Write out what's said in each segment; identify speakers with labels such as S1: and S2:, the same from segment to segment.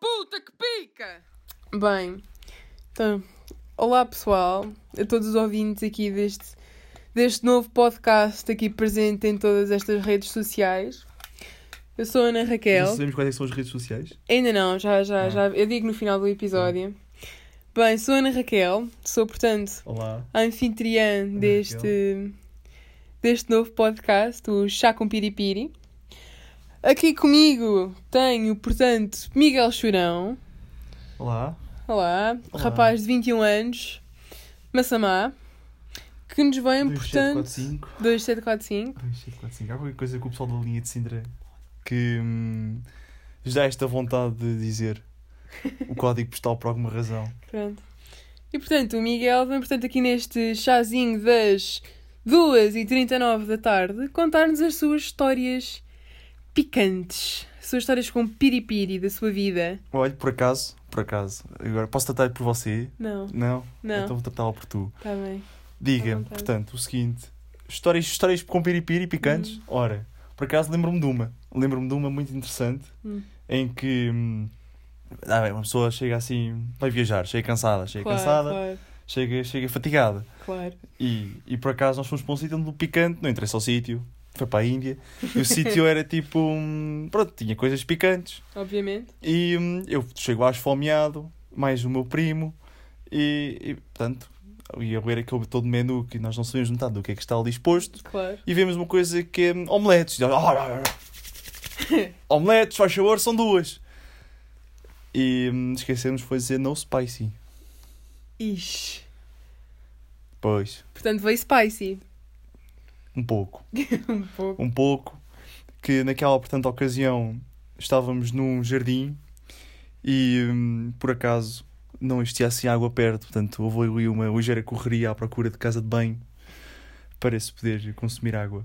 S1: puta que pica!
S2: Bem, então, olá pessoal, a todos os ouvintes aqui deste, deste novo podcast aqui presente em todas estas redes sociais. Eu sou a Ana
S3: Já
S2: Raquel.
S3: sabemos quais é que são as redes sociais?
S2: Ainda não, já, já,
S3: Ah.
S2: já. Eu digo no final do episódio. Bem, sou a Ana Raquel, sou, portanto,
S3: Olá.
S2: a anfitriã deste, deste novo podcast, o Chá com Piripiri. Aqui comigo tenho, portanto, Miguel Churão.
S3: Olá.
S2: Olá,
S3: Olá.
S2: rapaz de 21 anos, Massamá, que nos vem, portanto,
S3: 2745.
S2: 2745.
S3: 2745. Há qualquer coisa que o pessoal da linha de Sintra que hum, lhes dá esta vontade de dizer o código postal por alguma razão.
S2: Pronto. E portanto, o Miguel vem, portanto, aqui neste chazinho das 2h39 da tarde contar-nos as suas histórias picantes, as suas histórias com piripiri da sua vida.
S3: Olha, por acaso, por acaso, agora posso tratar por você?
S2: Não,
S3: Não?
S2: Não.
S3: Então vou tratá-la por tu.
S2: está bem.
S3: Diga-me,
S2: vontade.
S3: portanto, o seguinte: histórias, histórias com piripiri
S2: Hum.
S3: picantes? Ora, por acaso lembro-me de uma. Lembro-me de uma muito interessante
S2: Hum.
S3: em que. hum, ah, bem, uma pessoa chega assim, vai viajar, chega cansada, chega cansada,
S2: claro,
S3: chega, chega fatigada.
S2: claro.
S3: E, e por acaso nós fomos para um sítio onde o picante, não interessa o sítio, foi para a Índia. E o sítio era tipo. hum, Pronto, tinha coisas picantes.
S2: Obviamente.
S3: E hum, eu chego lá esfomeado, mais o meu primo, e, e portanto, eu ia ver aquele todo menu que nós não sabemos metade do que é que está ali exposto,
S2: Claro.
S3: e vemos uma coisa que é hum, omeletes. E nós, "Ah, ah, ah, ah." omeletes, faz favor, são duas. E hum, esquecemos foi dizer no spicy.
S2: Ixi.
S3: Pois,
S2: Portanto, veio spicy.
S3: um pouco.
S2: um pouco.
S3: um pouco que naquela portanto ocasião estávamos num jardim e hum, por acaso não existia assim água perto, portanto houve ali uma ligeira correria à procura de casa de banho para se poder consumir água.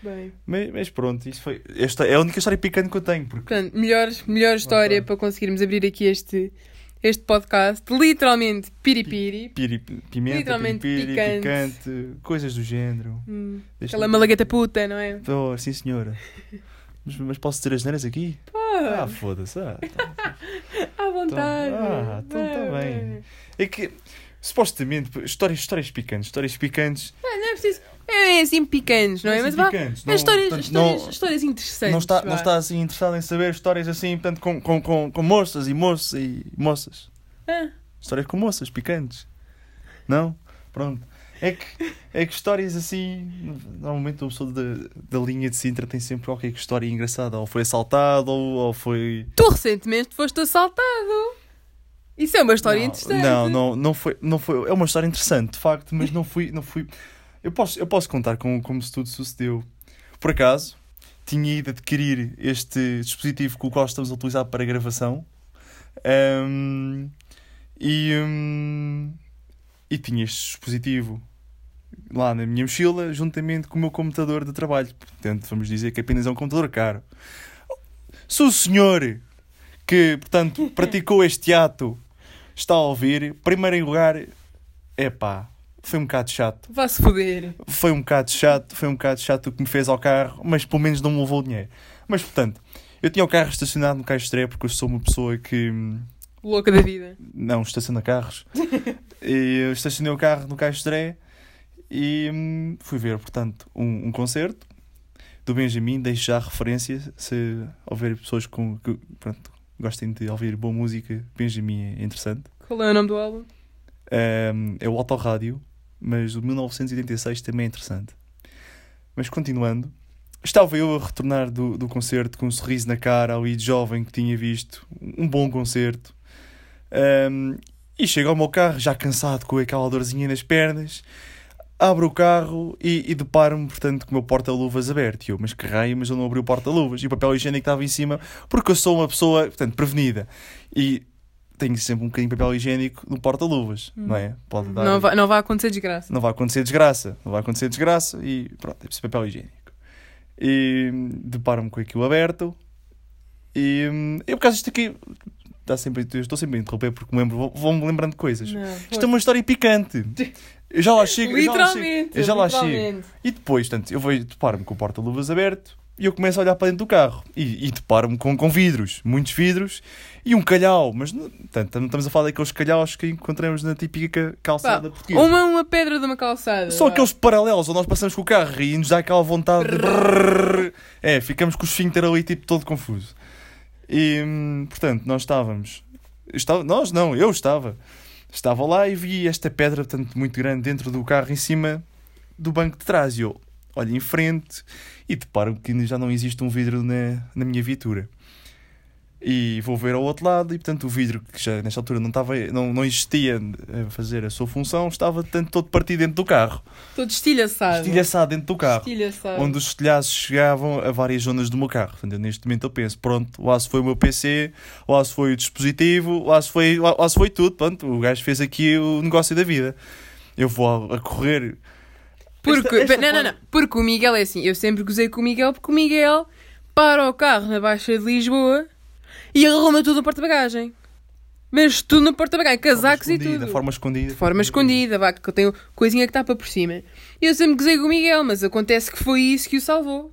S2: Bem.
S3: Mas, mas pronto, isso foi. Esta é a única história picante que eu tenho, porque
S2: Portanto, melhor, melhor história
S3: Ok.
S2: para conseguirmos abrir aqui este, este podcast. Literalmente, piripiri.
S3: piri, pimenta,
S2: Literalmente
S3: piripiri,
S2: picante.
S3: picante. coisas do género.
S2: Hum,
S3: Deixa-
S2: aquela malagueta puta, não é?
S3: Oh, sim senhora. Mas, mas posso dizer as neiras aqui? Ah,
S2: Pá,
S3: foda-se. Ah,
S2: à vontade.
S3: ah, então tá
S2: Vai,
S3: bem.
S2: vai.
S3: É que, supostamente, histórias, histórias picantes, histórias picantes.
S2: Ah, Não é preciso. É assim picantes, não é? Mas vá.
S3: picantes,
S2: As histórias,
S3: portanto,
S2: as histórias,
S3: não-
S2: as histórias interessantes.
S3: não está,
S2: vá.
S3: não está assim interessado em saber histórias assim, portanto, com, com, com, com moças e moças e moças.
S2: Ah,
S3: Histórias com moças, picantes. Não? Pronto. É que, é que histórias assim. Normalmente uma pessoa da, da linha de Sintra tem sempre qualquer história engraçada. Ou foi assaltado, ou, ou foi.
S2: tu recentemente foste assaltado. Isso é uma história
S3: não,
S2: interessante.
S3: Não, não, não foi, não foi. É uma história interessante, de facto, mas não fui. Não fui eu, posso, eu posso contar como, como se tudo sucedeu. Por acaso, tinha ido adquirir este dispositivo com o qual estamos a utilizar para gravação. Ahm, e, hum, e tinha este dispositivo lá na minha mochila, juntamente com o meu computador de trabalho. Portanto, vamos dizer que apenas é um computador caro. Se o senhor que, portanto, praticou este ato está a ouvir, primeiro lugar, epá, foi um bocado chato.
S2: Vá-se foder.
S3: Foi um bocado chato, foi um bocado chato o que me fez ao carro, mas pelo menos não me levou o dinheiro. Mas portanto, eu tinha o carro estacionado no caixa de estreia porque eu sou uma pessoa que hum,
S2: Louca da vida.
S3: não estaciona carros. e eu estacionei o carro no caixa de estreia e hum, fui ver, portanto, um, um concerto do Benjamin. Deixo já a referência se houver pessoas com, que pronto, gostem de ouvir boa música. Benjamin é interessante.
S2: Qual é o nome do álbum?
S3: Um, é o Autorádio, mas o 1986 também é interessante. Mas continuando, estava eu a retornar do, do concerto com um sorriso na cara, ali de jovem que tinha visto um bom concerto. Um, e chego ao meu carro, já cansado, com aquela dorzinha nas pernas. Abro o carro e, e deparo-me, portanto, com o meu porta-luvas aberto. E eu, mas que raio, mas eu não abri o porta-luvas. E o papel higiênico estava em cima, porque eu sou uma pessoa, portanto, prevenida. E tenho sempre um bocadinho de papel higiênico no porta-luvas, não é? Pode dar
S2: Hum. Não vai, não vai acontecer desgraça.
S3: não vai acontecer desgraça, não vai acontecer desgraça e pronto, é preciso papel higiênico. E hum, deparo-me com aquilo aberto e hum, eu por causa disto aqui dá sempre, eu estou sempre a interromper porque me lembro, vou- vou-me lembrando de coisas.
S2: Não,
S3: Isto é uma história picante. Eu já lá chego, eu já lá chego,
S2: Literalmente.
S3: eu já lá chego.
S2: literalmente.
S3: E depois, portanto, eu vou deparo-me com o porta-luvas aberto e eu começo a olhar para dentro do carro e, e deparo-me com, com vidros, muitos vidros e um calhau, mas não- portanto, tam- estamos a falar daqueles calhaus que encontramos na típica
S2: Pá,
S3: calçada portuguesa.
S2: uma, uma pedra de uma calçada.
S3: Só
S2: vá.
S3: aqueles paralelos onde nós passamos com o carro e nos dá aquela vontade de... brrr. É, ficamos com o esfíncter ali tipo todo confuso. E, hum, portanto, nós estávamos... estava- Nós não, eu estava. Estava lá e vi esta pedra, portanto, muito grande dentro do carro em cima do banco de trás. E eu olho em frente e deparo que já não existe um vidro na, na minha viatura. E vou ver ao outro lado e, portanto, o vidro que já nesta altura não, estava, não, não existia a fazer a sua função estava, portanto, todo partido dentro do carro
S2: Todo estilhaçado.
S3: estilhaçado dentro do carro,
S2: Estilhaçado.
S3: onde os estilhaços chegavam a várias zonas do meu carro. Portanto, eu, neste momento eu penso, pronto, lá se foi o meu PC, lá se foi o dispositivo, lá se foi, lá, lá se foi tudo, pronto, o gajo fez aqui o negócio da vida. Eu vou a, a correr.
S2: Porque,
S3: Esta- esta
S2: não, não,
S3: coisa-
S2: não. Porque o Miguel é assim. Eu sempre gozei com o Miguel porque o Miguel para o carro na Baixa de Lisboa e arruma tudo no porta-bagagem. Mas tudo no porta-bagagem, casacos e
S3: escondida,
S2: tudo.
S3: Forma escondida.
S2: De forma escondida, vá, que eu tenho coisinha que tapa por cima. E Eu sempre gozei com o Miguel, mas acontece que foi isso que o salvou.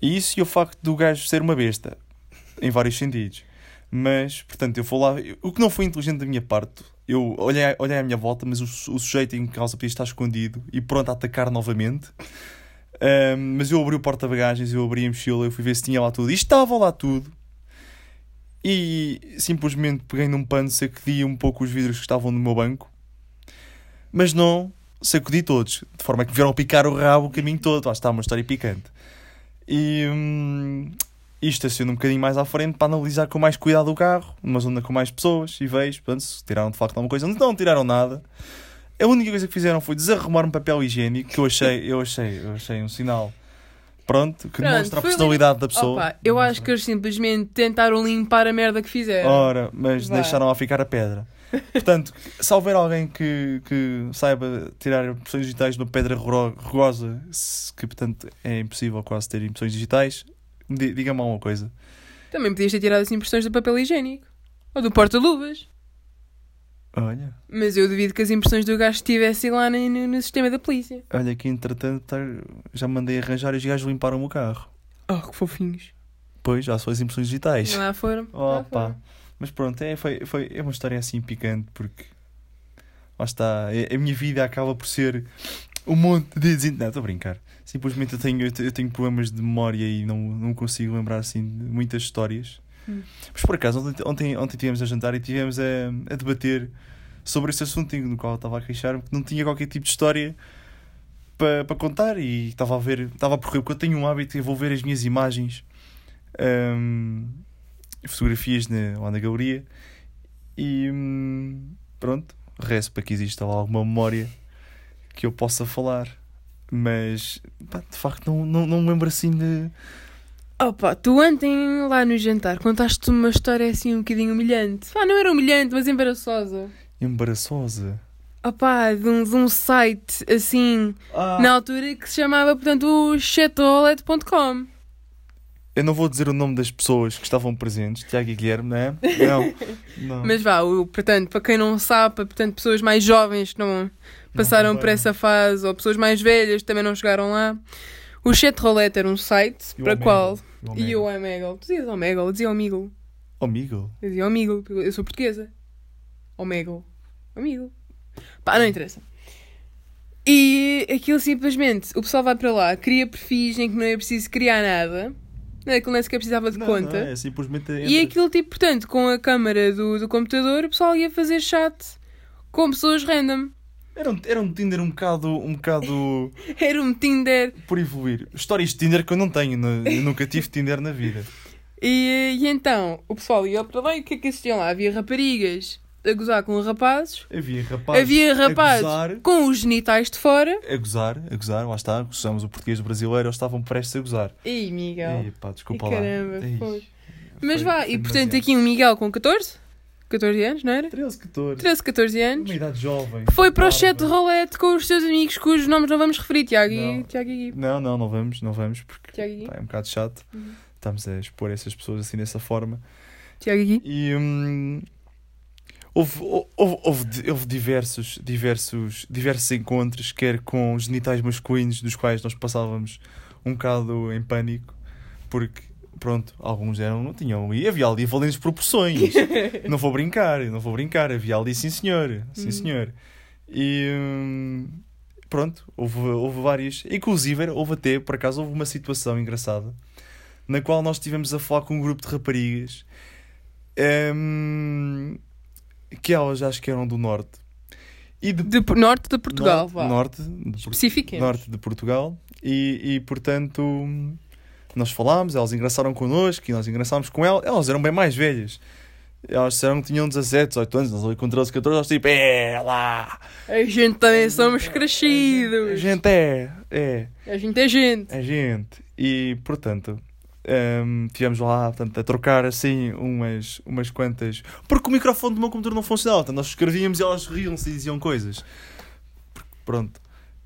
S3: E Isso e o facto do gajo ser uma besta, em vários sentidos. Mas, portanto, eu vou lá. O que não foi inteligente da minha parte, eu olhei, olhei à minha volta, mas o, su- o sujeito em causa podia estar escondido e pronto a atacar novamente. Ahm, mas eu abri o porta-bagagens, eu abri a mochila, eu fui ver se tinha lá tudo. E estava lá tudo. E simplesmente peguei num pano, sacudi um pouco os vidros que estavam no meu banco. Mas não sacudi todos, de forma que vieram picar o rabo o caminho todo. Lá está uma história picante. E hum, e estaciono um bocadinho mais à frente para analisar com mais cuidado o carro, numa zona com mais pessoas, e vejo, portanto, se tiraram de facto alguma coisa. Não tiraram nada. A única coisa que fizeram foi desarrumar um papel higiênico, que eu achei, eu achei, eu achei um sinal, pronto, que
S2: Pronto,
S3: demonstra a
S2: foi ali-
S3: personalidade da pessoa. Uhum.
S2: Opa, eu acho que eles simplesmente tentaram limpar a merda que fizeram.
S3: Ora, mas
S2: Vá.
S3: deixaram lá ficar a pedra. Portanto, se houver alguém que, que saiba tirar impressões digitais de uma pedra rugro- rugosa, se- que portanto é impossível quase ter impressões digitais, di- diga-me alguma coisa.
S2: Também podias ter tirado as impressões do papel higiênico ou do porta-luvas.
S3: Olha,
S2: Mas eu duvido que as impressões do gajo estivessem lá no, no- no sistema da polícia.
S3: olha que entretanto tá- já mandei arranjar e os gajos limparam o carro.
S2: Oh, que fofinhos.
S3: Pois, já só as impressões digitais.
S2: Lá foram. lá
S3: Opa!
S2: foram.
S3: Mas pronto, é, foi, foi, é uma história assim picante porque lá está, é- a minha vida acaba por ser um monte de desin... Não, estou a brincar. Simplesmente eu tenho, eu te- eu tenho problemas de memória e não, não consigo lembrar assim de muitas histórias.
S2: Hum.
S3: Mas por acaso, ontem, ontem, ontem tivemos a jantar e tivemos a, a debater sobre esse assunto no qual eu estava a queixar-me que não tinha qualquer tipo de história para para contar e estava a ver, estava a percorrer, porque eu tenho um hábito, eu vou ver as minhas imagens. hum, fotografias na, lá na galeria e hum, pronto, rezo para que exista lá alguma memória que eu possa falar, mas pá, de facto não, não, não me lembro assim de.
S2: Opa, tu ontem lá no jantar contaste uma história assim um bocadinho humilhante. Ah, não era humilhante, mas embaraçosa.
S3: embaraçosa.
S2: Opa, de um, de um site assim,
S3: Ah.
S2: na altura que se chamava, portanto, o chatolet.com.
S3: Eu não vou dizer o nome das pessoas que estavam presentes, Tiago e Guilherme, não é? Não, não.
S2: Mas vá, o, portanto, para quem não sabe, para portanto, pessoas mais jovens que não passaram por
S3: lembro.
S2: essa fase, ou pessoas mais velhas que também não chegaram lá, o Chat Roulette era um site
S3: E o
S2: para
S3: Omegle,
S2: qual.
S3: o
S2: E
S3: Omegle.
S2: o Omegle. Tu dizias Omegle, eu dizia Omigo.
S3: Omigo?
S2: Eu dizia Omigo, porque eu sou portuguesa. Omegle. Omigo. Pá, não interessa. E aquilo simplesmente, o pessoal vai para lá, cria perfis em que não é preciso criar nada, não é que nem sequer precisava de
S3: Não,
S2: conta.
S3: não, é simplesmente
S2: E
S3: entra-
S2: aquilo tipo, portanto, com a câmara do, do computador, o pessoal ia fazer chat com pessoas random.
S3: era, um, era um Tinder um bocado, um bocado
S2: Era um Tinder.
S3: por evoluir. Histórias de Tinder que eu não tenho, não- eu nunca tive Tinder na vida.
S2: E, e então, o pessoal ia para lá e o que é que assistiam lá? Havia raparigas a gozar com rapazes,
S3: Havia rapazes
S2: havia rapazes
S3: a gozar,
S2: com os genitais de fora.
S3: a gozar, a gozar, lá está, gozamos o português brasileiro, eles estavam prestes a gozar.
S2: Ei, Miguel.
S3: Ei, pá, desculpa
S2: E
S3: lá.
S2: É. caramba,
S3: Ei,
S2: pois. Mas
S3: foi-
S2: vá,
S3: foi
S2: e portanto
S3: demasiado.
S2: aqui um Miguel com 14? 14 anos, não era?
S3: 13, 14,
S2: 13, 14 anos.
S3: uma idade jovem. é?
S2: Foi para o
S3: Bárbara.
S2: chat de rolete com os seus amigos, cujos nomes não vamos referir, Tiago e
S3: Não.
S2: Tiago e Gui.
S3: Não, não, não vamos, não vamos, porque
S2: Tiago e Gui.
S3: pá, é um bocado chato.
S2: Uhum.
S3: Estamos a expor essas pessoas assim dessa forma.
S2: Tiago e Gui.
S3: E hum, houve, houve, houve, di- houve diversos, diversos, diversos encontros, quer com os genitais masculinos, dos quais nós passávamos um bocado em pânico, porque, pronto, alguns eram, não tinham. E havia ali valentes proporções. não vou brincar, não vou brincar. Havia ali, sim senhor, sim senhor. E hum, pronto, houve, houve várias. Inclusive, houve até, por acaso, houve uma situação engraçada na qual nós estivemos a falar com um grupo de raparigas hum, que elas acho que eram do norte. E de
S2: De P- norte de Portugal,
S3: norte,
S2: vá.
S3: norte de Portugal
S2: Especifiquemos.
S3: norte de Portugal e, e, portanto nós falámos, elas engraçaram connosco e nós engraçámos com elas, elas eram bem mais velhas. Elas disseram que tinham 17, 18 anos, nós ali com 13, 14, nós tipo, é lá!
S2: A gente também somos
S3: A
S2: crescidos.
S3: gente é, é,
S2: A gente é gente.
S3: é gente. E portanto, hum, tivemos lá portanto, a trocar assim umas, umas quantas. Porque o microfone do meu computador não funcionava, portanto, nós escrevíamos e elas riam-se e diziam coisas. Porque, Pronto.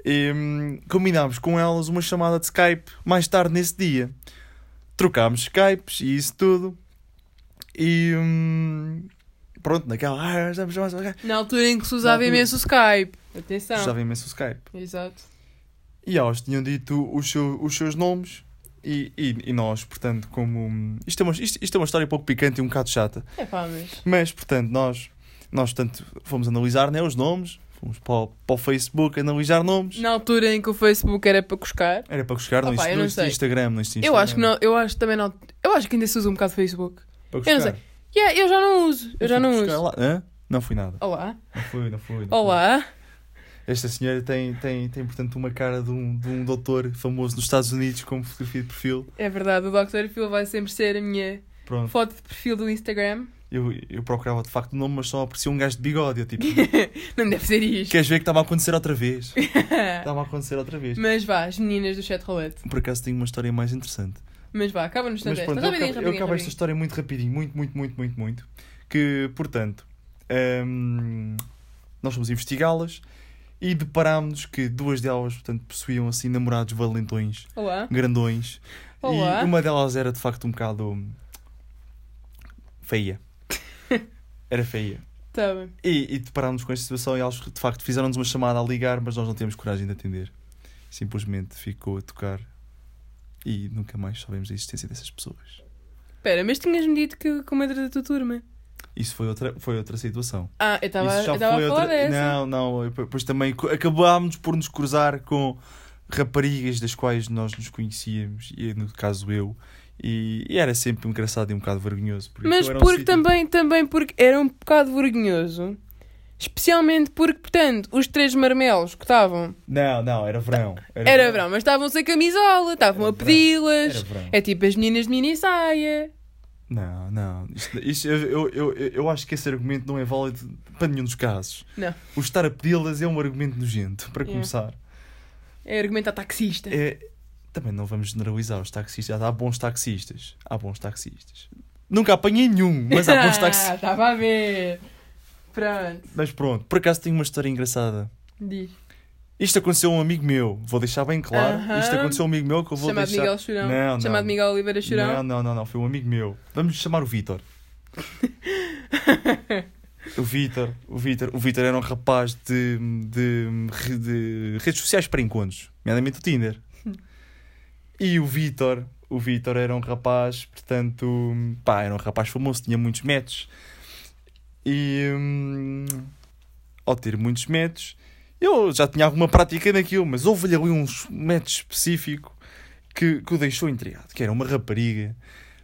S3: E, hum, combinámos com elas uma chamada de Skype mais tarde nesse dia. Trocámos Skypes e isso tudo. E hum, pronto, naquela. Ah, estamos mais.
S2: Na altura em que se usava
S3: Na altura-
S2: imenso o Skype. Atenção.
S3: Gostava imenso o Skype.
S2: Exato.
S3: E elas tinham dito os, seu- os seus nomes. E, e, e nós, portanto, como. Isto é, uma, isto, isto é uma história um pouco picante e um bocado chata.
S2: É pá, mas.
S3: Mas, portanto, nós, nós portanto, fomos analisar né, os nomes. Fomos para o, para o Facebook analisar nomes.
S2: Na altura em que o Facebook era para cuscar.
S3: Era para buscar no,
S2: Opa,
S3: inst-
S2: eu
S3: no
S2: não sei.
S3: Instagram. No Instagram.
S2: Eu acho que não, eu acho que também não. Eu acho que ainda se usa um bocado Facebook.
S3: Para
S2: eu não
S3: buscar.
S2: Yeah, eu já não uso. Eu já
S3: fui
S2: não
S3: buscar
S2: uso.
S3: lá. Hã? Não fui nada.
S2: Olá.
S3: Não fui, não fui. não fui.
S2: Olá.
S3: Esta senhora tem, tem, tem, portanto, uma cara de um, de um doutor famoso nos Estados Unidos como fotografia de perfil.
S2: É verdade, o Dr. Phil vai sempre ser a minha
S3: Pronto.
S2: foto de perfil do Instagram.
S3: Eu, eu procurava de facto o nome, mas só aparecia um gajo de bigode. Eu tipo,
S2: Não deve ser isto.
S3: Queres ver que estava a acontecer outra vez? Estava a acontecer outra vez.
S2: Mas vá, as meninas do chat roulette.
S3: Por acaso tenho uma história mais interessante.
S2: Mas vá, acaba-nos
S3: Mas
S2: tanto esta.
S3: pronto, eu acabo,
S2: Rapidinho,
S3: eu
S2: rapidinho,
S3: acabo esta
S2: rapidinho.
S3: história muito rapidinho, muito, muito, muito, muito, muito. Que, portanto, hum, nós fomos investigá-las e deparámos-nos que duas delas, portanto, possuíam assim namorados valentões,
S2: Olá.
S3: grandões.
S2: Olá.
S3: E uma delas era de facto um bocado hum, feia. Era feia.
S2: Tá bem.
S3: E, e deparámos com esta situação e eles de facto fizeram-nos uma chamada a ligar, mas nós não temos coragem de atender. Simplesmente ficou a tocar e nunca mais soubemos a existência dessas pessoas.
S2: Espera, mas tinhas-me dito que como era da tua turma.
S3: Isso foi outra, foi outra situação.
S2: Ah, eu estava
S3: Isso
S2: eu estava a falar dessa.
S3: Não, não, eu- pois também co- acabámos por nos cruzar com raparigas das quais nós nos conhecíamos, e no caso eu, e, e era sempre engraçado e um bocado vergonhoso.
S2: Mas
S3: aquilo era um
S2: porque
S3: sítio-
S2: também, também porque era um bocado vergonhoso. Especialmente porque, portanto, os três marmelos que estavam.
S3: Não, não, era verão.
S2: Era verão, mas estavam sem camisola, estavam
S3: Era
S2: a
S3: verão.
S2: pedi-las.
S3: Era verão.
S2: É tipo as meninas de mini saia.
S3: Não, não. Isto, isto- eu, eu, eu, eu acho que esse argumento não é válido para nenhum dos casos.
S2: Não.
S3: O estar a pedi-las é um argumento nojento, para
S2: É.
S3: começar.
S2: É argumento a taxista.
S3: É, também não vamos generalizar os taxistas. Há bons taxistas. Há bons taxistas. Nunca apanhei nenhum, mas há bons
S2: Ah,
S3: taxistas.
S2: estava a ver. Pronto,
S3: Mas pronto, por acaso tenho uma história engraçada.
S2: diz.
S3: Isto aconteceu a um amigo meu, vou deixar bem claro.
S2: Aham.
S3: Isto aconteceu a um amigo meu que eu vou
S2: Chamado
S3: deixar.
S2: Miguel Churão.
S3: Não, não.
S2: Chamado Miguel Oliveira Churão.
S3: Não, não, não, não, foi um amigo meu. Vamos chamar o Vítor. o Vítor, o Vítor, o Vítor era um rapaz de, de, re- de redes sociais para encontros, nomeadamente o Tinder. E o Vítor, o Vítor era um rapaz, portanto, pá, era um rapaz famoso, tinha muitos metros. E hum, ao ter muitos metros, eu já tinha alguma prática naquilo, mas houve-lhe ali uns metros específico que, que o deixou intrigado, que era uma rapariga.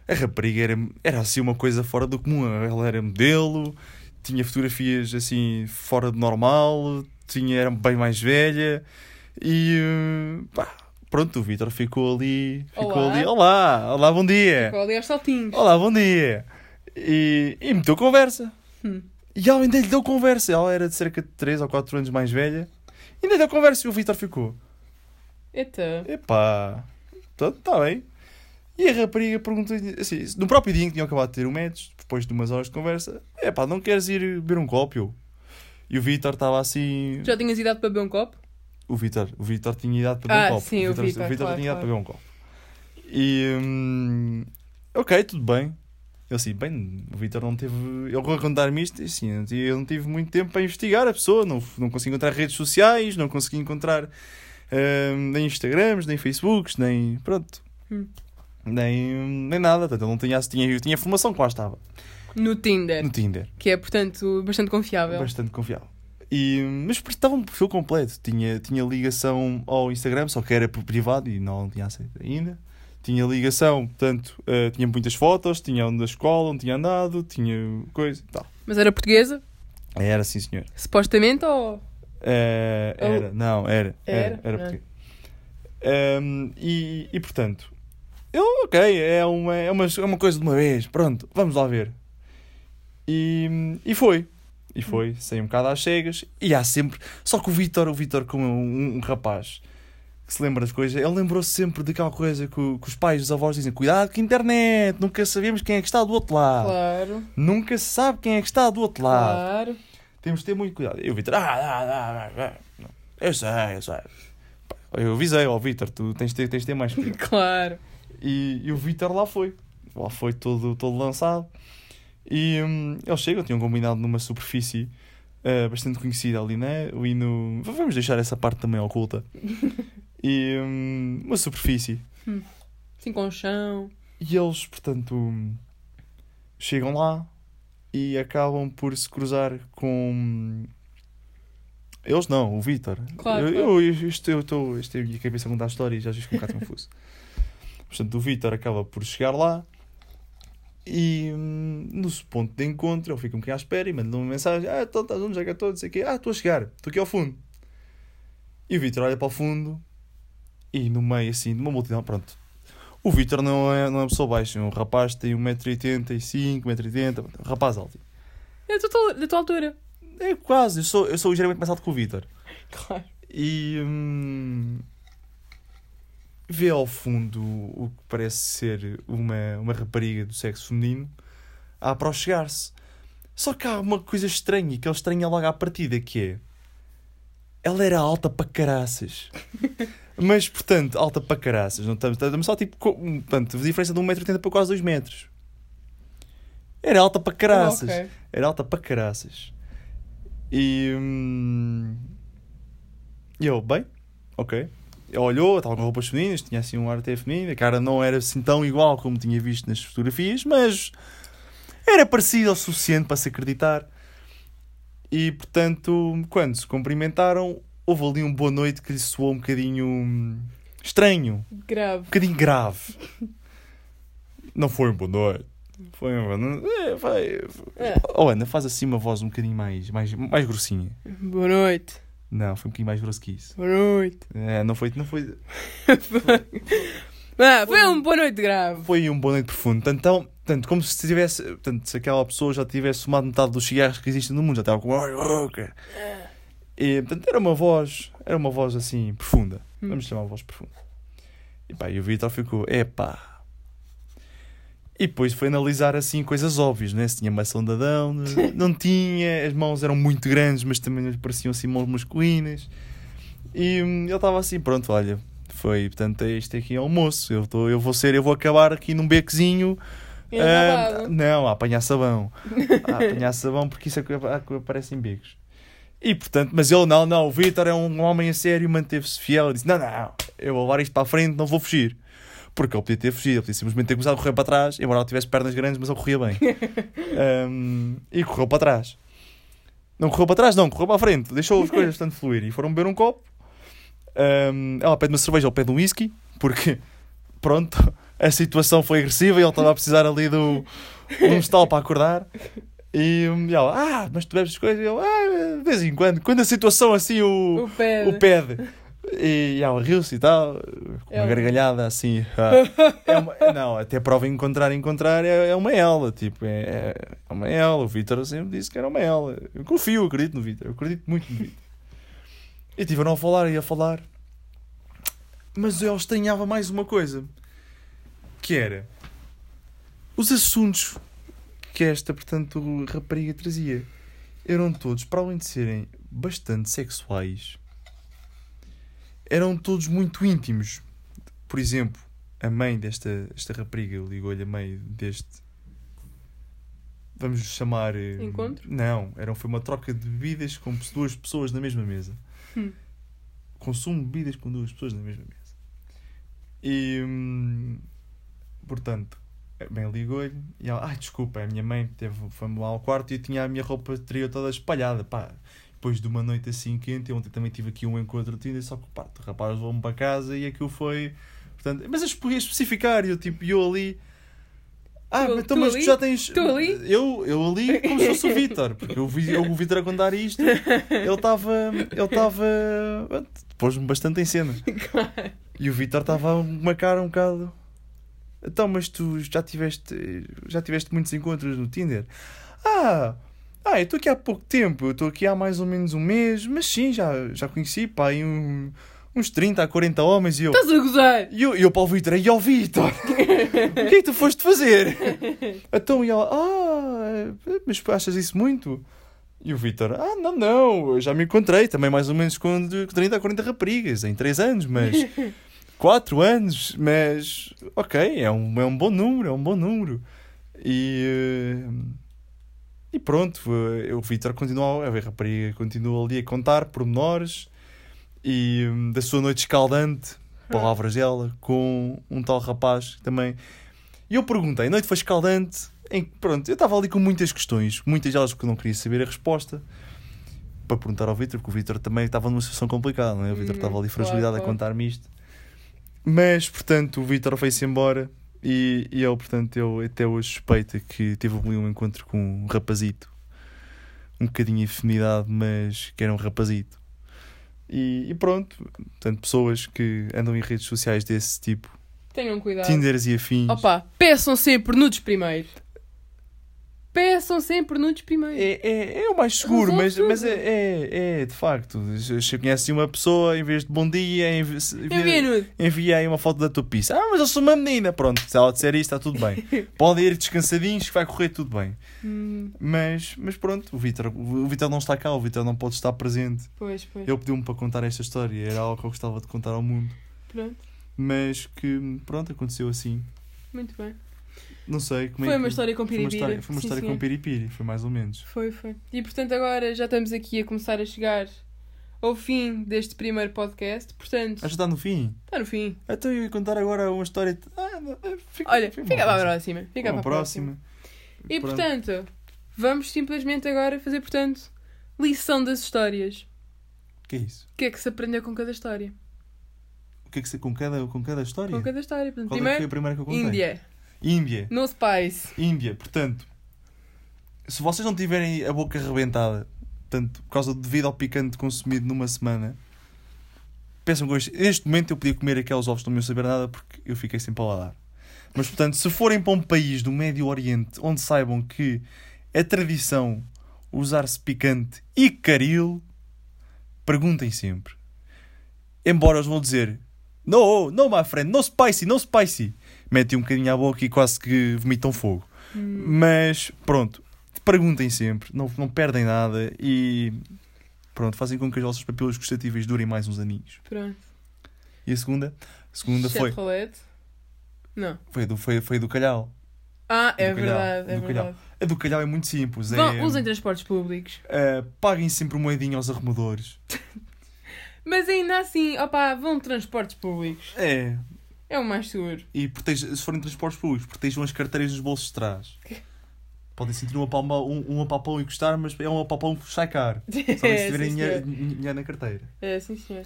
S3: A rapariga era, era assim uma coisa fora do comum. Ela era modelo, tinha fotografias assim fora do normal, tinha, era bem mais velha e eh, pá, pronto, o Vitor ficou ali. Ficou
S2: Olá.
S3: ali. Olá, olá, bom dia.
S2: Ficou ali aos saltinhos.
S3: Olá, bom dia. E, e meteu conversa.
S2: Hum.
S3: E ela ainda lhe deu conversa. Ela era de cerca de 3 ou 4 anos mais velha. Ainda deu conversa e o Vitor ficou.
S2: Eita.
S3: Epá, está tá bem. E a rapariga perguntou-lhe assim: no próprio dia em que tinham acabado de ter o metros, depois de umas horas de conversa, epá, não queres ir beber um copo? eu?" E o Vitor estava assim.
S2: Já tinhas idade para beber um copo?
S3: O Vitor o Vitor tinha idade para beber
S2: Ah,
S3: um copo.
S2: sim, o Vítor,
S3: Vítor
S2: claro,
S3: tinha idade
S2: claro.
S3: para beber um copo. E. hum, ok, tudo bem. Eu assim, bem, o Vitor não teve. Ele vou contar-me isto, e assim, eu não tive- eu não tive muito tempo para investigar a pessoa, não, não consegui encontrar redes sociais, não consegui encontrar Ahm, nem Instagrams, nem Facebooks, nem. Pronto.
S2: Hum.
S3: Nem, nem nada. Portanto, ele não tinha, tinha, eu tinha formação que lá estava.
S2: No Tinder,
S3: No Tinder.
S2: que é, portanto, bastante confiável.
S3: Bastante confiável. E, mas estava um perfil completo. Tinha, tinha ligação ao Instagram, só que era por privado e não tinha aceito ainda. Tinha ligação, portanto, eh, tinha muitas fotos, tinha onde da escola, onde tinha andado, tinha coisa e tal.
S2: Mas era portuguesa,
S3: Era sim, senhor.
S2: supostamente, ou.
S3: Eh,
S2: Oh.
S3: era, não, era. Era,
S2: Era?
S3: era
S2: Ah.
S3: porque. Ehm, e, e portanto, eu, ok, é uma, é, uma, é uma coisa de uma vez, pronto, vamos lá ver. E, e foi. E
S2: Hum.
S3: foi, saí um bocado às cegas. E há sempre. Só que o Vitor, o Vitor, como é um, um rapaz que se lembra de coisas, ele lembrou-se sempre daquela coisa que, o- que os pais, os avós dizem: cuidado com a internet, nunca sabemos quem é que está do outro lado.
S2: Claro,
S3: Nunca se sabe quem é que está do outro lado.
S2: claro.
S3: Temos de ter muito cuidado. E o Vitor, ah, ah, ah, ah, ah. eu sei, eu sei. Pá, Eu avisei ao Vitor, tu tens de ter, tens de ter mais cuidado.
S2: Claro.
S3: E, e o Vitor lá foi. Lá foi todo, todo lançado. E hum, eles chegam, tinham combinado numa superfície ah, bastante conhecida ali, né? E no... Vamos deixar essa parte também oculta. E hum, uma superfície.
S2: Sim, com chão.
S3: E eles, portanto, hum, chegam lá e acabam por se cruzar com. Eles não, o Vitor.
S2: Claro,
S3: eu,
S2: claro.
S3: Eu, isto, eu estou. Isto é a minha cabeça a contar histórias, às vezes fico um bocado confuso. Portanto, o Vitor acaba por chegar lá e hum, no seu ponto de encontro ele fica um bocadinho à espera e manda-lhe uma mensagem: Ah, então estás onde? Já cá estou, não sei o quê. Ah, estou a chegar, estou aqui ao fundo. E o Vitor olha para o fundo e no meio assim de uma multidão, pronto. O Vitor não é, não é uma pessoa baixa, é um rapaz que tem 1,85m, 1,80m, rapaz alto.
S2: É da tua, da tua altura.
S3: É quase, eu sou, eu sou ligeiramente mais alto que o Vitor.
S2: Claro.
S3: E hum, vê ao fundo o que parece ser uma, uma rapariga do sexo feminino a aproximar-se. Só que há uma coisa estranha, que ele estranha logo à partida, que é... Ela era alta para caraças. Mas, portanto, alta para caraças. Não estamos, estamos só tipo... co- um, Portanto, a diferença de 1,80m para quase 2 metros. Era alta para caraças.
S2: Ah, ok.
S3: Era alta para caraças. E. hum, e eu, bem, ok. Ele olhou, estava com roupas femininas, tinha assim um ar até feminino. A cara não era assim tão igual como tinha visto nas fotografias, mas era parecido o suficiente para se acreditar. E portanto, quando se cumprimentaram, houve ali um boa noite que lhe soou um bocadinho hum, estranho um
S2: Grave.
S3: bocadinho grave. Não foi um boa noite. Foi um boa noite. É, vai.
S2: É.
S3: Oh, Ana, faz assim uma voz um bocadinho mais, mais, mais grossinha.
S2: Boa noite.
S3: Não, foi um bocadinho mais grosso que isso.
S2: Boa noite.
S3: É, não foi. Não foi...
S2: Ah, foi um boa noite grave.
S3: Foi um boa noite profundo. Tanto, tão- tanto como se tivesse. Tanto, se aquela pessoa já tivesse fumado metade dos cigarros que existem no mundo, já estava com. E, portanto, era uma voz. Era uma voz assim profunda.
S2: Hum.
S3: Vamos chamar a voz profunda. E pá, e o Vitor ficou. Epá. E depois foi analisar assim coisas óbvias, né? Se tinha maçã de Adão, não- não tinha, as mãos eram muito grandes, mas também não lhe pareciam assim mãos masculinas. E hum, ele estava assim, pronto, olha, foi, portanto, este aqui é o almoço. Eu, tô, eu vou ser, eu vou acabar aqui num bequezinho. ah,
S2: Enrabado.
S3: não, a apanhar sabão. a apanhar sabão, porque isso é que, é que aparece em becos. E portanto, mas ele, não, não, o Vitor é um homem a sério, manteve-se fiel. e Disse, não, não, eu vou levar isto para a frente, não vou fugir. Porque ele podia ter fugido, ele podia simplesmente ter começado a correr para trás, embora ele tivesse pernas grandes, mas ele corria bem. Hum, e correu para trás. Não correu para trás, não, correu para a frente. Deixou as coisas bastante fluir. E foram beber um copo. Hum, ela pede uma cerveja, ele pede um whisky, porque, pronto, a situação foi agressiva e ele estava a precisar ali do, de um estalo para acordar. E, hum, e ela, ah, mas tu bebes as coisas? E eu, ah, de vez em quando, quando a situação assim o,
S2: O pé.
S3: o pede. E, ela riu-se e tal, com uma
S2: Ela.
S3: gargalhada assim. ah. É uma- não, até prova encontrar, encontrar é, é uma ela, tipo, é, é uma ela. O Vitor sempre disse que era uma ela. Eu confio, eu acredito no Vitor, eu acredito muito no Vitor. E tiveram a falar e a falar. Mas eu estranhava mais uma coisa, que era os assuntos que esta, portanto, rapariga trazia eram todos, para além de serem bastante sexuais, eram todos muito íntimos. Por exemplo, a mãe desta esta rapariga ligou-lhe a mãe deste. Vamos chamar. eh,
S2: Encontro?
S3: Não, era, foi uma troca de bebidas com duas pessoas na mesma mesa.
S2: Hum.
S3: Consumo bebidas com duas pessoas na mesma mesa. E. hum, portanto, a mãe ligou-lhe e ela, ai desculpa, é a minha mãe que teve, foi-me lá ao quarto e eu tinha a minha roupa interior toda espalhada, pá. Depois de uma noite assim quente, eu ontem também tive aqui um encontro Tinder, só que pá, o rapaz levou-me para casa e aquilo foi. Portanto, mas eu podia especificar, e eu tipo, eu ali. Ah,
S2: Tu-
S3: mas então,
S2: tu
S3: mas tu
S2: ali?
S3: já tens.
S2: Tu ali?
S3: Eu, eu ali, como se fosse o Vitor, porque eu vi eu, o Vitor a contar isto, ele estava. Ele estava. pôs-me bastante em cena. E o Vitor estava a uma cara um bocado. Então, mas tu já tiveste, já tiveste muitos encontros no Tinder? Ah, ah eu estou aqui há pouco tempo, eu estou aqui há mais ou menos um mês, mas sim, já, já conheci pá, aí um- uns 30 a 40 homens e eu.
S2: Estás a gozar?
S3: E eu, e eu para o Vitor, e ao Vitor, o que é que tu foste fazer? Então e ela, ah, mas achas isso muito? E o Vitor, ah, não, não, eu já me encontrei também mais ou menos com de 30 a 40 raparigas em 3 anos, mas 4 anos, mas ok, é um, é um bom número, é um bom número. E, eh, e pronto, eh, o Vitor continua, a rapariga continua ali a contar pormenores e hum, da sua noite escaldante,
S2: Hum.
S3: palavras dela, com um tal rapaz que também. E eu perguntei, a noite foi escaldante, em que, pronto, eu estava ali com muitas questões, muitas delas que eu não queria saber a resposta. Para perguntar ao Vitor, porque o Vitor também estava numa situação complicada, não é? O Vitor
S2: Uhum,
S3: estava ali
S2: claro,
S3: fragilidade a
S2: claro.
S3: contar-me isto. Mas, portanto, o Vitor foi-se embora e, e ele, portanto, eu até hoje suspeita que teve ali um encontro com um rapazito. Um bocadinho de afinidade, mas que era um rapazito. E, e pronto, portanto, pessoas que andam em redes sociais desse tipo,
S2: Tenham cuidado.
S3: Tinders e afins.
S2: Opa, peçam sempre nudes primeiro. Peçam sempre nudes primeiro.
S3: É, é, é o mais seguro, mas,
S2: Resolve
S3: mas é,
S2: tudo.
S3: é, é, de facto. Se se conheces uma pessoa, em vez de bom dia, envi- é.
S2: Envia nude.
S3: envia aí uma foto da tua pizza. Ah, mas eu sou uma menina. Pronto, se ela disser isto, está tudo bem. Podem ir descansadinhos que vai correr tudo bem.
S2: Hum,
S3: Mas, mas pronto, o Vitor o Vítor não está cá, o Vitor não pode estar presente.
S2: pois, pois.
S3: Ele pediu-me para contar esta história, era algo que eu gostava de contar ao mundo.
S2: Pronto,
S3: Mas que, pronto, aconteceu assim.
S2: muito bem.
S3: Não sei como é
S2: Foi
S3: que-
S2: uma história com
S3: Foi uma
S2: piribira.
S3: história, foi uma
S2: um Sim,
S3: história
S2: senhor.
S3: com piripiri, foi mais ou menos.
S2: Foi, foi. E portanto, agora já estamos aqui a começar a chegar ao fim deste primeiro podcast. Portanto,
S3: Ah, já está no fim.
S2: está no fim.
S3: Então eu ia contar agora uma história. de- Ah, não, ah, fica,
S2: Olha,
S3: foi
S2: fica
S3: uma
S2: para a
S3: próxima.
S2: próxima. Fica para
S3: Uma
S2: a próxima.
S3: próxima.
S2: E
S3: Pronto.
S2: portanto, vamos simplesmente agora fazer, portanto, lição das histórias.
S3: Que é isso?
S2: O que é que se aprendeu com cada história?
S3: O que é que se. Com cada, com cada história?
S2: Com cada história. Portanto,
S3: Qual é que foi a
S2: primeiro,
S3: primeira que eu contei?
S2: Índia.
S3: Índia.
S2: Nos pais.
S3: Índia, portanto, se vocês não tiverem a boca arrebentada, portanto, por causa devido ao picante consumido numa semana, pensam que hoje, neste momento eu podia comer aqueles ovos que não me iam saber nada porque eu fiquei sem paladar. Mas, portanto, se forem para um país do Médio Oriente onde saibam que é tradição usar-se picante e caril, perguntem sempre. Embora eles vão dizer, no, no, my friend, no spicy, no spicy. Metem um bocadinho à boca e quase que vomitam fogo. Mas pronto, perguntem sempre, não, não perdem nada e pronto, fazem com que as vossas papilas gustativas durem mais uns aninhos.
S2: Pronto.
S3: E a segunda? A segunda foi,
S2: Chat roulette. Não.
S3: foi, do, foi, foi a do calhau.
S2: Ah, é
S3: Do calhau,
S2: verdade, é
S3: do calhau.
S2: verdade.
S3: A do calhau é muito simples. é,
S2: Vão, usem transportes públicos.
S3: eh, paguem sempre um moedinho aos arrumadores.
S2: Mas ainda assim, opá, vão de transportes públicos.
S3: É.
S2: É o mais seguro.
S3: E protejam, se forem transportes públicos, protejam as carteiras dos bolsos de trás. Podem sentir uma palma, um, um apapão e gostar, mas é um apapão que vos sai caro. Só
S2: é,
S3: se tiverem
S2: sim,
S3: dinheiro
S2: senhor.
S3: dinheiro na carteira.
S2: É, sim, senhor.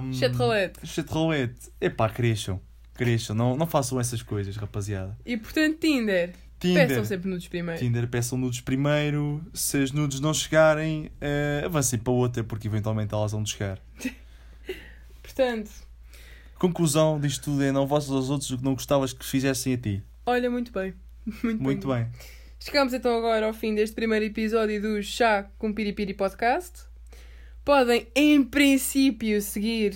S3: Um,
S2: Chat roulette.
S3: Chat roulette. Epá, cresçam. Cresçam. Não, não façam essas coisas, rapaziada.
S2: E portanto, Tinder. Peçam
S3: Tinder.
S2: sempre nudes primeiro.
S3: Tinder, peçam nudes primeiro. Se as nudes não chegarem, eh, avancem para outra, porque eventualmente elas vão chegar.
S2: Portanto,
S3: Conclusão disto tudo é não vossos aos outros o que não gostavas que fizessem a ti.
S2: olha muito bem. Muito,
S3: Muito bem.
S2: Chegamos então agora ao fim deste primeiro episódio do Chá com Piripiri Podcast. Podem, em princípio, seguir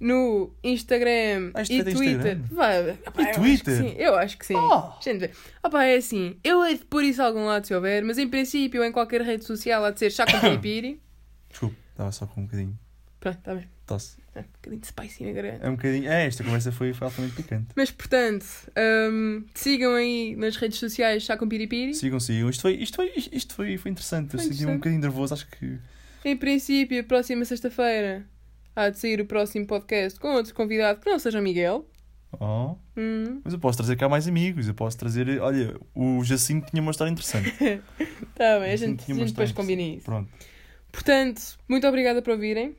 S2: no Instagram
S3: Ah, isto
S2: e
S3: é do
S2: Twitter.
S3: Instagram?
S2: Vai, opá, eu acho que
S3: Twitter?
S2: sim, Eu acho que sim.
S3: Oh!
S2: Gente, opá, é assim, eu hei de pôr isso a algum lado se houver, mas em princípio, em qualquer rede social, há de ser Chá com Piripiri.
S3: Desculpe, estava só com um bocadinho.
S2: Pronto, está bem.
S3: de Tosse.
S2: Ah, Um bocadinho de spicy na garganta.
S3: É um bocadinho. É, esta conversa foi, foi altamente picante.
S2: Mas portanto, hum, sigam aí nas redes sociais Chá com Piripiri.
S3: Sigam, sigam. Isto foi, isto foi, isto foi, foi interessante.
S2: Foi
S3: Eu senti-me um
S2: interessante.
S3: bocadinho nervoso, acho que.
S2: Em princípio, próxima sexta-feira Há de sair o próximo podcast com outro convidado que não seja o Miguel.
S3: Oh.
S2: Hum,
S3: Mas eu posso trazer cá mais amigos, eu posso trazer. Olha, o Jacinto tinha uma história interessante.
S2: tá bem, a
S3: Jacinto
S2: gente, a
S3: tinha uma
S2: gente
S3: história
S2: depois combina
S3: interessante.
S2: isso.
S3: Pronto.
S2: Portanto, muito obrigada por ouvirem.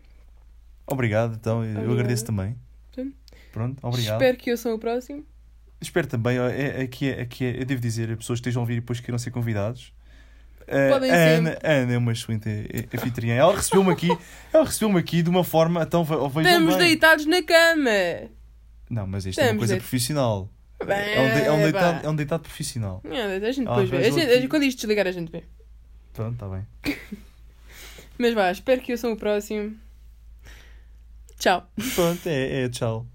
S3: Obrigado, então, eu
S2: Obrigada.
S3: agradeço também.
S2: Sim.
S3: Pronto, obrigado. Espero,
S2: Espero que eu sou o próximo.
S3: também, ó, é, é que é, é que é- eu devo dizer, as pessoas que estejam a ouvir e depois queiram ser convidados. Eh,
S2: Podem
S3: a
S2: ser.
S3: Ana, a Ana é uma excelente eh, eh, anfitriã. Ela recebeu-me aqui, ela recebeu-me aqui de uma forma, então ve- vejam
S2: Estamos
S3: bem.
S2: deitados na cama.
S3: Não, mas isto é uma
S2: Estamos
S3: coisa
S2: deit-
S3: profissional. É um, de- é um
S2: Bem,
S3: deitado,
S2: pá.
S3: é um deitado profissional.
S2: Não, a gente
S3: Ah,
S2: depois vê. A
S3: vejam
S2: gente- a gente-
S3: aqui.
S2: quando isto desligar, a gente vê.
S3: Pronto, está bem.
S2: Mas vá, espero que eu sou o próximo. Tchau.
S3: Pronto, é, é tchau.